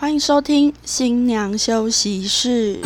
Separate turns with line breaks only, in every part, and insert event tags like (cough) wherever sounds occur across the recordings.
欢迎收听新娘休息室。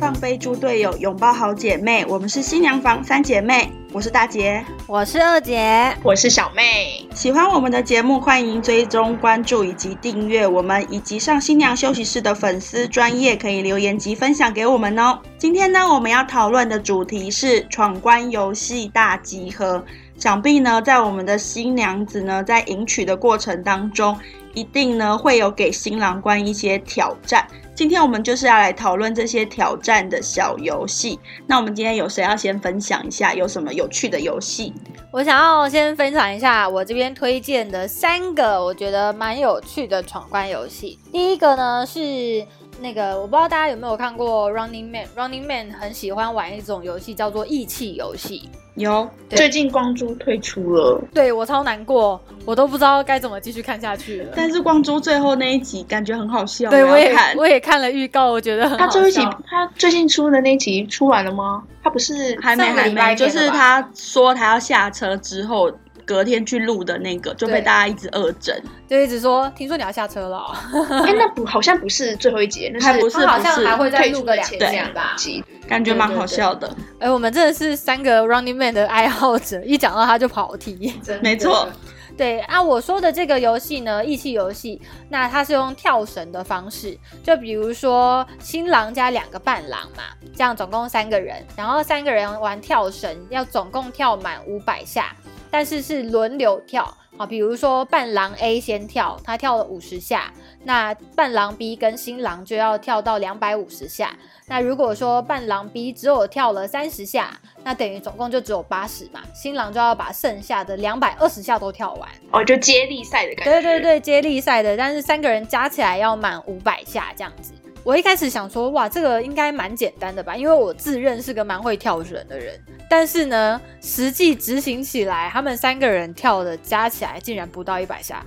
放飞猪队友，拥抱好姐妹，我们是新娘房三姐妹，我是大姐。
我是二姐，
我是小妹，
喜欢我们的节目，欢迎追踪、关注以及订阅我们，以及上新娘休息室的粉丝专业可以留言及分享给我们哦。今天呢，我们要讨论的主题是闯关游戏大集合。想必呢，在我们的新娘子呢，在迎娶的过程当中，一定呢会有给新郎官一些挑战。今天我们就是要来讨论这些挑战的小游戏。那我们今天有谁要先分享一下有什么有趣的游戏？
我想要先分享一下我这边推荐的三个我觉得蛮有趣的闯关游戏。第一个呢是那个我不知道大家有没有看过《Running Man》，《Running Man》很喜欢玩一种游戏叫做义气游戏。
有
对
最近光珠退出了，
对我超难过，我都不知道该怎么继续看下去
(laughs)
了。
但是光珠最后那一集感觉很好笑，
对，我
我要
也
看，
(laughs) 我也看了预告，我觉得很
他
好
最后一集
笑。
他最近出的那集出完了吗？他不是
还没
上个
还
礼拜
没，就
天
是
了吧
他说他要下车之后，隔天去录的那个就被
对
大家一直恶整，
就一直说，听说你要下车了哦、
哎，那不好像不是最后一集，那
还不
是
是他好像还
会
退出的前
对
两集。
感觉
对
蛮
对
好
对
笑的。
(laughs) 哎、我们真的是三个 Running Man 的爱好者，一讲到他就跑题。
真的
没错，
对啊，我说的这个游戏呢，义气游戏，那它是用跳绳的方式，就比如说新郎加两个伴郎嘛，这样总共三个人，然后三个人玩跳绳，要总共跳满五百下，但是是轮流跳啊，比如说伴郎 A 先跳，他跳了五十下，那伴郎 B 跟新郎就要跳到两百五十下，那如果说伴郎 B 只有跳了三十下，那等于总共就只有八十嘛，新郎就要把剩下的两百二十下都跳完。
哦，就接力赛的感觉。
对对，对，接力赛的，但是三个人加起来要满五百下这样子。我一开始想说，哇，这个应该蛮简单的吧，因为我自认是个蛮会跳绳的人。但是呢，实际执行起来，他们三个人跳的加起来竟然不到一百下，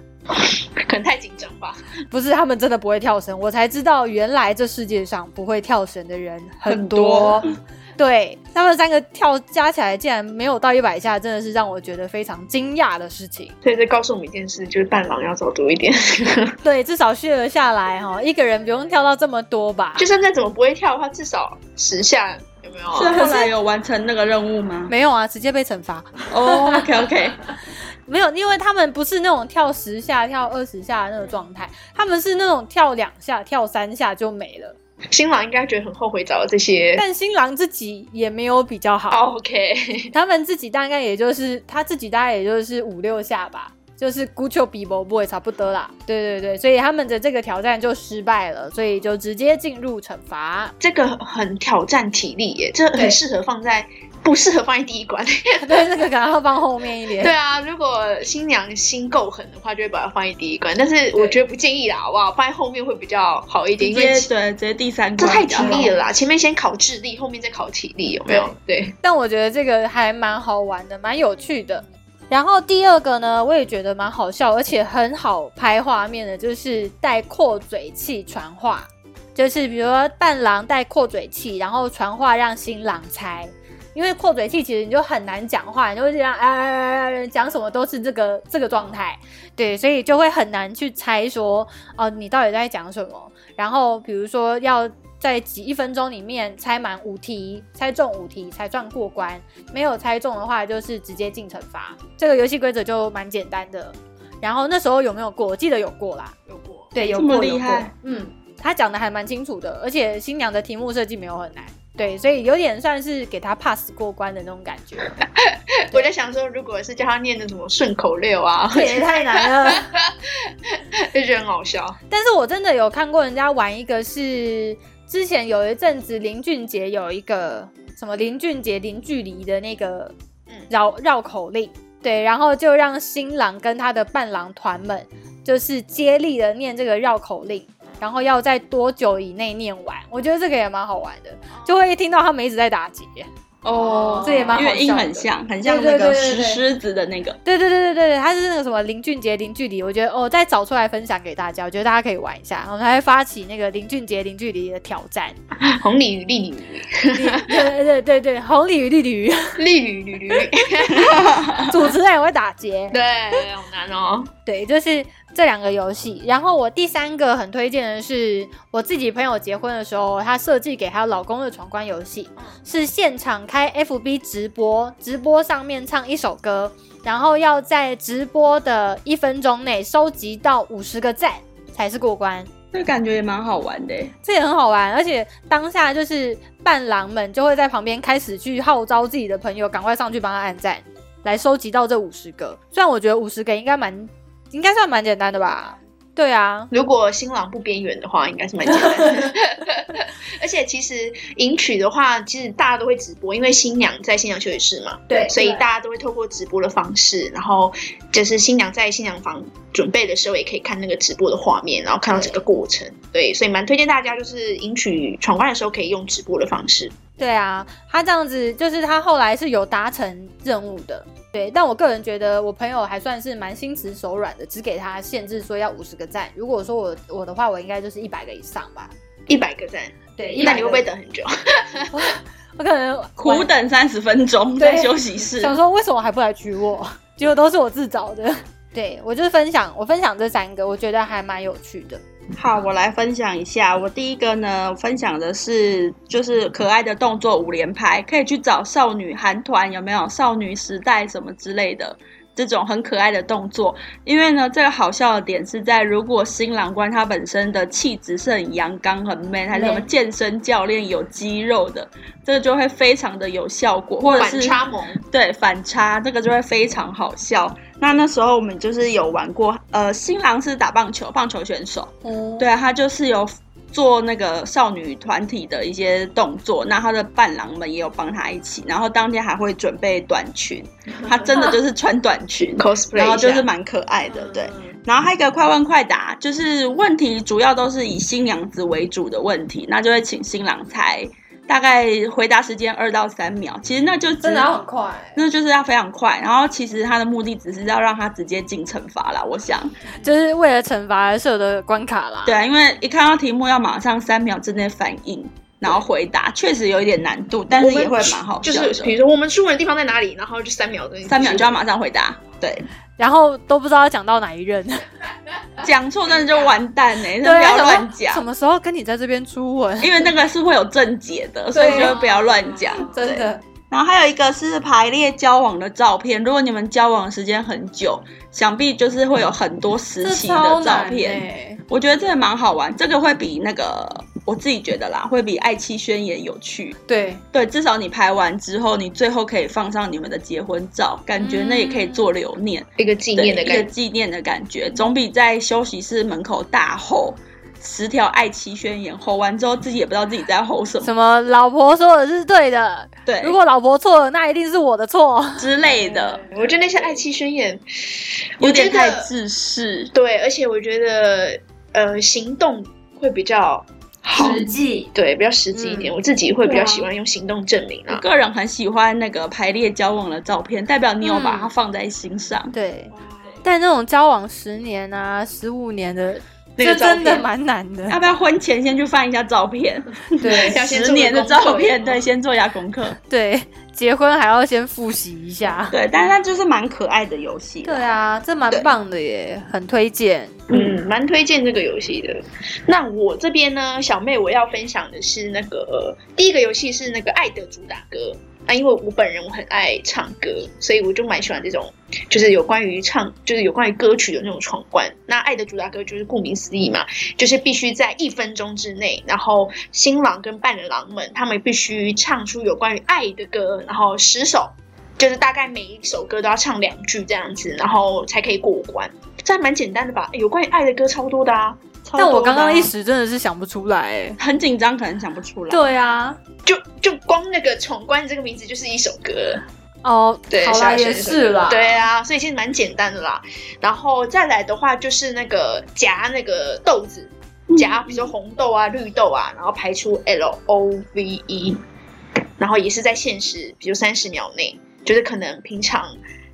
可能太紧张吧。
不是他们真的不会跳绳，我才知道原来这世界上不会跳绳的人很多。 (laughs) 对他们三个跳加起来竟然没有到一百下，真的是让我觉得非常惊讶的事情。
所以这告诉我们一件事，就是伴郎要走多一点。 (laughs)
对，至少削了下来哈，一个人不用跳到这么多吧？
就算再怎么不会跳的话，至少十下有没有
所以
啊？
后来有完成那个任务
(laughs)
吗？
没有啊，直接被惩罚。
哦，OK OK，
没有，因为他们不是那种跳十下、跳二十下的那个状态，他们是那种跳两下、跳三下就没了。
新郎应该觉得很后悔找了这些。
但新郎自己也没有比较好，
哦 OK，
他们自己大概也就是他自己大概也就是五六下吧。就是孤丘比伯不也差不多啦，对对对，所以他们的这个挑战就失败了，所以就直接进入惩罚。 (laughs)
这个很挑战体力耶，这
对
很适合放在不适合放在第一关。
对，这个可能要放后面一点。
对啊，如果新娘心够狠的话，就会把它放在第一关。但是我觉得不建议啦，好不好？放在后面会比较好
直
一点，因为
接对直接第三
这
关
太
比较
体
好
力了啦。前面先考智力，后面再考体力，有没有？对，
但我觉得这个还蛮好玩的，蛮有趣的。然后第二个呢，我也觉得蛮好笑，而且很好拍画面的，就是带扩嘴器传话，就是比如说伴郎带扩嘴器，然后传话让新郎猜。因为扩嘴器其实你就很难讲话，你就会这样哎哎哎哎讲什么都是这个这个状态，对，所以就会很难去猜说哦、你到底在讲什么。然后比如说要在几一分钟里面猜满五题，猜中五题才算过关，没有猜中的话就是直接进惩罚。这个游戏规则就蛮简单的。然后那时候有没有过？我记得有过啦，
有过。
对，有
这么
过，
厉
有过
害。
嗯，他讲的还蛮清楚的，而且新娘的题目设计没有很难，对，所以有点算是给他 pass 过关的那种感觉。
我在想说，如果是叫他念那什么顺口溜啊， (laughs)
这 (laughs) 也太难了。
就觉得很好笑。
但是我真的有看过人家玩一个是之前有一阵子林俊杰有一个什么林俊杰零距离的那个
嗯
绕绕口令，对，然后就让新郎跟他的伴郎团们就是接力的念这个绕口令。然后要在多久以内念完？我觉得这个也蛮好玩的，就会听到他们一直在打结。
哦，
这也蛮好
因
笑的
为音很像，很像那
对对
个
对对
石
对
狮子的那个。
对对对对对对，它是那个什么零俊杰零距离，我觉得哦，再找出来分享给大家，我觉得大家可以玩一下。我们还会发起那个零俊杰零距离的挑战，
红鲤鱼、绿鲤鱼、
对对对对对，红鲤鱼绿鲤鱼，
绿鲤鱼、绿鲤鱼，
主持人也会打结。
(laughs) 对，好难哦。
对，就是这两个游戏。然后我第三个很推荐的是我自己朋友结婚的时候，她设计给她老公的闯关游戏，是现场开 FB 直播，直播上面唱一首歌，然后要在直播的一分钟内收集到五十个赞才是过关。
这感觉也蛮好玩的耶，
这也很好玩，而且当下就是伴郎们就会在旁边开始去号召自己的朋友，赶快上去帮他按赞，来收集到这五十个。虽然我觉得五十个应该蛮，应该算蛮简单的吧？对啊，
如果新郎不边缘的话，应该是蛮简单的。 (laughs) 而且其实迎娶的话，其实大家都会直播，因为新娘在新娘休息室嘛，
对
所以大家都会透过直播的方式，然后就是新娘在新娘房准备的时候，也可以看那个直播的画面，然后看到整个过程。对，所以蛮推荐大家，就是迎娶闯关的时候可以用直播的方式。
对啊，他这样子就是他后来是有达成任务的。对，但我个人觉得我朋友还算是蛮心慈手软的，只给他限制说要五十个赞。如果说我我的话，我应该就是一百个以上吧。
一百个赞，
对，
那你会不会
100个？
等很久？
我可能
苦等三十分钟
对
在休息室，
想说为什么还不来娶我？ (laughs) 结果都是我自找的。对我就是分享，我分享这三个，我觉得还蛮有趣的。
好，我来分享一下。我第一个呢，分享的是就是可爱的动作五连拍，可以去找少女韩团有没有少女时代什么之类的这种很可爱的动作。因为呢，这个好笑的点是在如果新郎官他本身的气质是很阳刚、很 man，还是什么
Man
健身教练有肌肉的，这个就会非常的有效果，或者
反
是
差萌，，
对反差，这个就会非常好笑。那那时候我们就是有玩过，呃，新郎是打棒球，棒球选手。
嗯，
对啊，他就是有做那个少女团体的一些动作，那他的伴郎们也有帮他一起，然后当天还会准备短裙，他真的就是穿短裙
cosplay， (laughs)
然后就
一下
是蛮可爱的，对。
嗯
然后还有一个快问快答，就是问题主要都是以新娘子为主的问题，那就会请新郎猜，大概回答时间二到三秒，其实那就只
真的
哦
要很快、
那就是要非常快，然后其实他的目的只是要让他直接进惩罚啦，我想。
就是为了惩罚而设的关卡啦。
对，啊，因为一看到题目要马上三秒之内反应，然后回答，确实有一点难度，但是也会蛮好
就
笑
是
的。
比如说我们出门的地方在哪里，然后就三秒钟，
三秒就要马上回答，对，
然后都不知道要讲到哪一
(laughs)
任。
讲错真的就完蛋哎、欸，真
呃对
的不
啊，
要乱
想说什
讲，
么时候跟你在这边初吻？
因为那个是会有正解的，所以
对啊
就不要乱讲，对
真。的，
然后还有一个是排列交往的照片，如果你们交往的时间很久，想必就是会有很多时
这
期
超
的照
难
片。
欸
我觉得这个蛮好玩，这个会比那个我自己觉得啦，会比《爱妻宣言》有趣。
对，
对，至少你拍完之后，你最后可以放上你们的结婚照，感觉那也可以做留念，
一个嗯纪
对，
念的
一个
感觉。
纪念的感觉，总比在休息室门口大吼十条爱妻宣言，吼完之后自己也不知道自己在吼什么，
什么老婆说的是对的，
对
如果老婆错了，那一定是我的错。
之类的，
我觉得那些爱妻宣言
有点太
我觉得
自私。
对，而且我觉得呃，行动会比较好，
际，
对，比较实际一点。我自己会比
对
较
啊
喜欢用行动证明
我
啊。
个人很喜欢那个排列交往的照片，代表你有把
嗯
它放在心上。
对。但那种交往十年啊、十五年的，
那个
这真的
照片
蛮难的。
要不要婚前先去翻一下照片？
对
要先做
十
个
年的
功课
照片，
哦
对，先做一下功课。
对，结婚还要先复习一下。
对，但是它就是蛮可爱的游戏。
对，啊，这蛮
对
棒的耶，很推荐。
嗯，蛮推荐这个游戏的。那我这边呢，小妹我要分享的是那个、呃第一个游戏是那个《爱的主打歌》啊，因为我本人我很爱唱歌，所以我就蛮喜欢这种就是有关于唱，就是有关于歌曲的那种闯关。那《爱的主打歌》就是顾名思义嘛，就是必须在一分钟之内，然后新郎跟伴郎们他们必须唱出有关于爱的歌，然后十首。就是大概每一首歌都要唱两句这样子，然后才可以过关。这还蛮简单的吧？有关于爱的歌超多的啊，
超
但我
多的
刚
啊
刚一时真的是想不出来耶。
很紧张，可能想不出来。，
对啊，
就就光那个闯关这个名字就是一首歌了。
哦，
对，
好
小
啦，
学
也
生
是啦，
对，啊，所以其实蛮简单的啦。然后再来的话就是那个夹那个豆子，
嗯
夹比如说红豆啊、绿豆啊，然后排出 L O V E。然后也是在限时，比如三十秒内，就是可能平常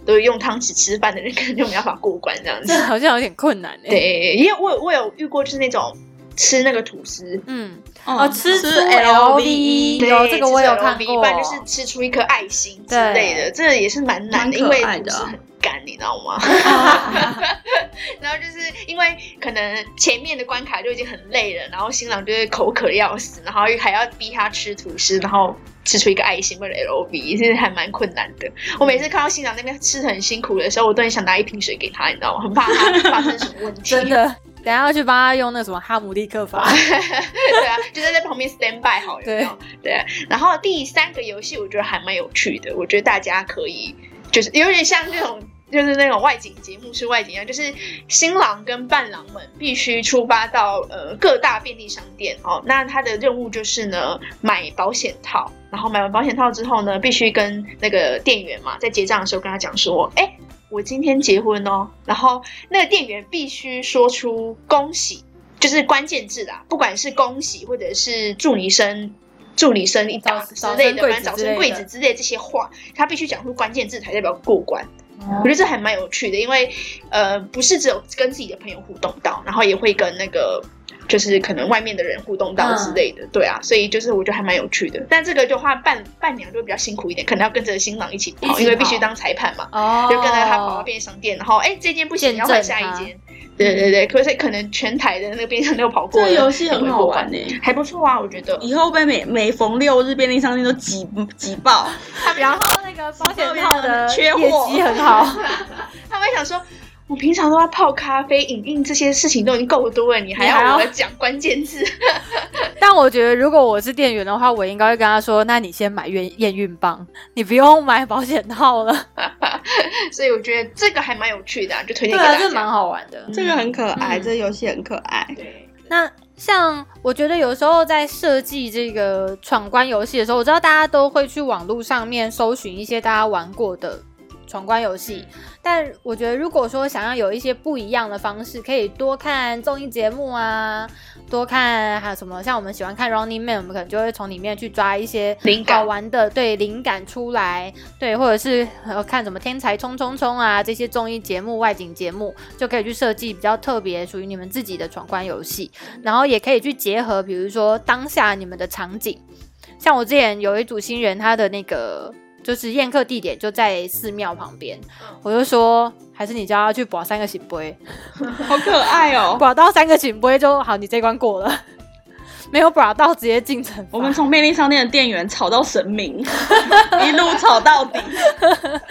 都用汤匙吃饭的人，可能就没办法过关这样
这
子。
好像有点困难哎、，
对，因为我有我有遇过，就是那种吃那个吐司，
嗯，哦，
哦
吃 E 出
出 E
LV，
LV
有这个
吃
我有
出
看
LV E，一
过，
般就是吃出一颗爱心之
对
类的，这也是蛮难
蛮
的，因
可
为
爱
吐
的
司
啊
很干，你知道吗？
哦
然后就是因为可能前面的关卡就已经很累了，然后新郎就是口渴要死，然后还要逼他吃吐司，然后吃出一个爱心或者 L V，其实还蛮困难的。我每次看到新郎那边吃的很辛苦的时候，我都很想拿一瓶水给他，你知道吗？很怕他发生什么问题。
(laughs) 真的，等一下要去帮他用那什么哈姆立克法，
(laughs) 对啊，就是在旁边 stand by 好，有没有？对啊。然后第三个游戏我觉得还蛮有趣的，我觉得大家可以就是有点像这种。就是那种外景节目是外景一样，就是新郎跟伴郎们必须出发到呃各大便利商店哦。那他的任务就是呢买保险套，然后买完保险套之后呢，必须跟那个店员嘛，在结账的时候跟他讲说，哎、我今天结婚哦。然后那个店员必须说出恭喜就是关键字啦，不管是恭喜或者是祝你生祝你生一大之
早
类
早生
的，
贵子
反正早
之类
生
的
贵子之类的这些话，他必须讲出关键字才代表过关。
哦
我觉得这还蛮有趣的，因为呃，不是只有跟自己的朋友互动到，然后也会跟那个就是可能外面的人互动到之类
嗯
的，对啊，所以就是我觉得还蛮有趣的。但这个的话，伴伴娘就会比较辛苦一点，可能要跟着新郎一起
一起
跑，
跑
因为必须当裁判嘛。
哦，
就跟着他跑到便利商店，然后哎、这间不行，
见
你
证
要换下一间。对对对，可是可能全台的那个便利商店都跑过
这
了，
个游戏很
也不
好
会过
玩，呢、
还不错啊，我觉得。
以后被每每逢六日便利商店都挤挤爆，
然后那个保险套的业 (laughs) 绩很好，
他们会想说，我平常都要泡咖啡、影印这些事情都已经够多了，你还要我讲关键字？ (laughs)
但我觉得如果我是店员的话，我应该会跟他说：“那你先买验验孕棒，你不用买保险套了。
所以我觉得这个还蛮有趣的、啊，就推”
对
荐给大
啊，
家。
这蛮好玩的。
这个很可爱，
嗯
这个游戏很可爱。
对
那像我觉得有时候在设计这个闯关游戏的时候，我知道大家都会去网络上面搜寻一些大家玩过的闯关游戏，但我觉得如果说想要有一些不一样的方式，可以多看综艺节目啊，多看还有什么像我们喜欢看 Running Man，我们可能就会从里面去抓一些
灵
好
感。
玩的，对灵感出来，对，或者是呃看什么《天才冲冲冲》啊这些综艺节目、外景节目，就可以去设计比较特别属于你们自己的闯关游戏，然后也可以去结合，比如说当下你们的场景，像我之前有一组新人，他的那个就是宴客地点就在寺庙旁边，
嗯
我就说还是你叫他去保三个醒杯，
好可爱哦！
(laughs) 保到三个醒杯就好，你这关过了。 (laughs) 没有保到，直接进城。
我们从便利商店的店员吵到神明，一路吵到底，
(laughs)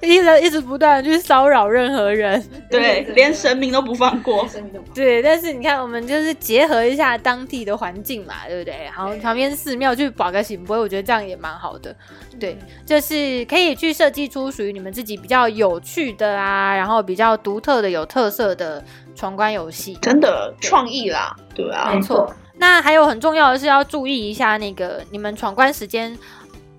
一直一直不断的去骚扰任何人。
对，连神明都不放过。
对，但是你看，我们就是结合一下当地的环境嘛，对不对？然后旁边寺庙去保个醒杯，我觉得这样也蛮好的。对，就是可以去设计出属于你们自己比较有趣的啊，然后比较独特的、有特色的闯关游戏。
真的创意啦，对啊，
没错。那还有很重要的是要注意一下那个你们闯关时间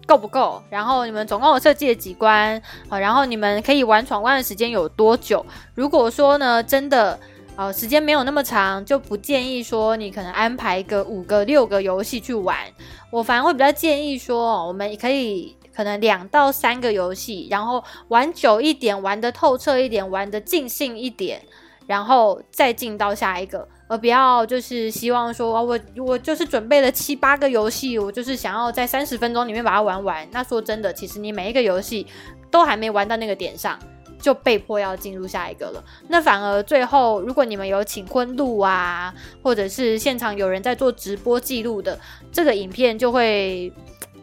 够不够，然后你们总共有设计了几关，啊，然后你们可以玩闯关的时间有多久？如果说呢，真的。呃，时间没有那么长，就不建议说你可能安排个五个、六个游戏去玩。我反而会比较建议说，哦我们可以可能两到三个游戏，然后玩久一点，玩的透彻一点，玩的尽兴一点，然后再进到下一个，而不要就是希望说，哦、我我就是准备了七八个游戏，我就是想要在三十分钟里面把它玩完。那说真的，其实你每一个游戏都还没玩到那个点上。就被迫要进入下一个了，那反而最后，如果你们有请婚录啊，或者是现场有人在做直播记录的，这个影片就会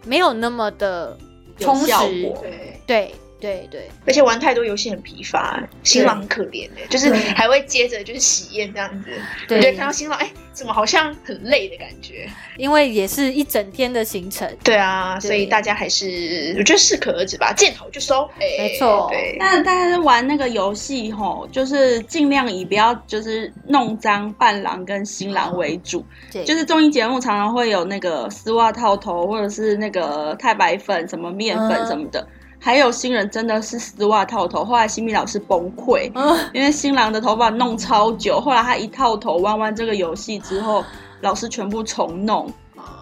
没有那么的充
有效
实。
果
对，
对对对，
而且玩太多游戏很疲乏，新郎很可怜的、就是还会接着就是喜宴这样子，你
对
就会看到新郎哎、怎么好像很累的感觉？
因为也是一整天的行程。
对啊，所以
对
大家还是我觉得适可而止吧，见好就收，哎、
没错
对，
但大家在玩那个游戏吼，就是尽量以不要就是弄脏伴郎跟新郎为主。
对，
就是综艺节目常常会有那个丝袜套头，或者是那个太白粉、什么面粉
嗯
什么的。还有新人真的是丝袜套头，后来新米老师崩溃，
嗯，
因为新郎的头发弄超久，后来他一套头玩完这个游戏之后，老师全部重弄，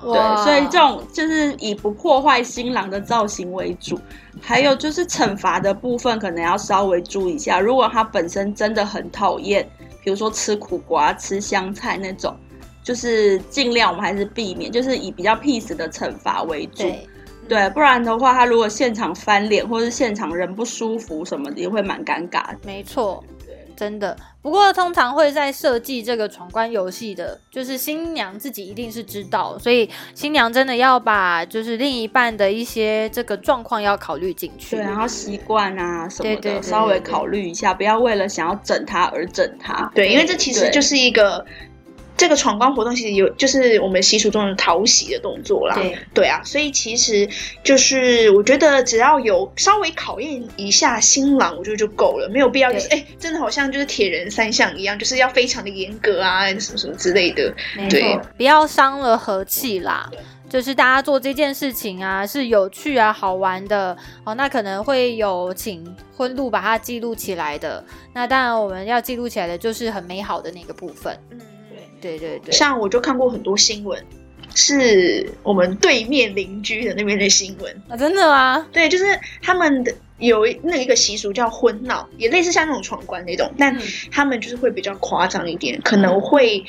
对，所以这种就是以不破坏新郎的造型为主，还有就是惩罚的部分可能要稍微注意一下。如果他本身真的很讨厌，比如说吃苦瓜、吃香菜那种，就是尽量我们还是避免，就是以比较 peace 的惩罚为主。
对，
对，不然的话，他如果现场翻脸或是现场人不舒服什么的，也会蛮尴尬的。
没错，真的。不过通常会在设计这个闯关游戏的，就是新娘自己一定是知道，所以新娘真的要把就是另一半的一些这个状况要考虑进去。
对，然后习惯啊什么的，
对对对
稍微
对对
考虑一下，不要为了想要整他而整他。
对，因为这其实
对
就是一个这个闯关活动，其实有就是我们习俗中的讨喜的动作啦。
对，
对啊，所以其实就是我觉得只要有稍微考验一下新郎，我觉得就够了，没有必要就是哎，真的好像就是铁人三项一样，就是要非常的严格啊，什么什么之类的。
没
对
错，不要伤了和气啦。就是大家做这件事情啊，是有趣啊、好玩的哦。那可能会有请婚录把它记录起来的。那当然，我们要记录起来的就是很美好的那个部分。
嗯，对。
对对对，
像我就看过很多新闻，是我们对面邻居的那边的新闻。
啊，真的吗？
对，就是他们的有一那一个习俗叫婚闹，也类似像那种闯关那种，但
嗯
他们就是会比较夸张一点，可能会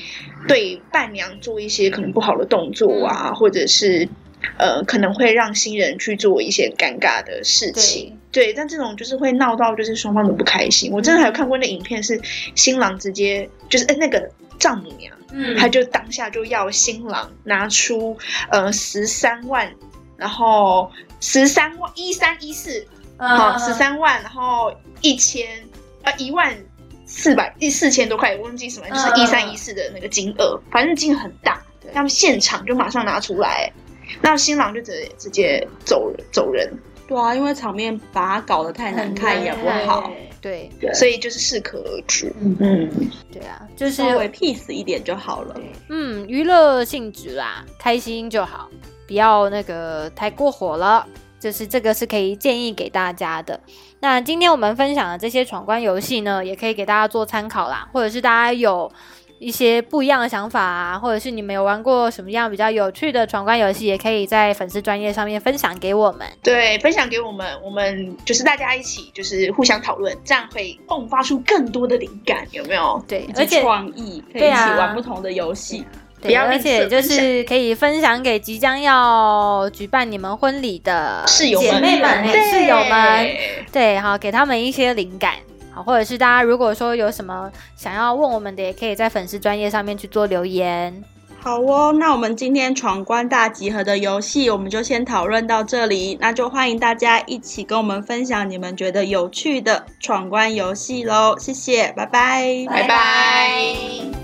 对伴娘做一些可能不好的动作啊，或者是呃可能会让新人去做一些尴尬的事情。对，但这种就是会闹到就是双方都不开心。我真的还有看过那影片，是新郎直接就是、呃、那个丈母娘。
嗯
他就当下就要新郎拿出呃十三万，然后十三万一三一四，
嗯
好十三万，然后一千呃一万四百一四千多块，我忘记什么，就是
嗯嗯
一三一四的那个金额，反正金额很大
对，
他们现场就马上拿出来，那新郎就直接直接走人走人，
对啊，因为场面把它搞得太难看也不好，
嗯对
对
所以就是适可而止，
嗯
嗯，
对啊，就是
稍微 peace 一点就好了。
嗯，娱乐性质啦，开心就好，不要那个太过火了。就是这个是可以建议给大家的。那今天我们分享的这些闯关游戏呢，也可以给大家做参考啦，或者是大家有一些不一样的想法啊，或者是你们有玩过什么样比较有趣的闯关游戏，也可以在粉丝专业上面分享给我们。
对，分享给我们，我们就是大家一起就是互相讨论，这样会迸发出更多的灵感，有没有？
对
以，及
而且
创意可以
对
一起
啊
玩不同的游戏，
对
不要
而
吝
且
啬
就
分享
是可以分享给即将要举办你们婚礼的
室友
姐
们，
妹们、
对
室友们，对，好，给他们一些灵感。好，或者是大家如果说有什么想要问我们的，也可以在粉丝专业上面去做留言。
好哦，那我们今天闯关大集合的游戏，我们就先讨论到这里。那就欢迎大家一起跟我们分享你们觉得有趣的闯关游戏喽，谢谢，拜拜，
拜拜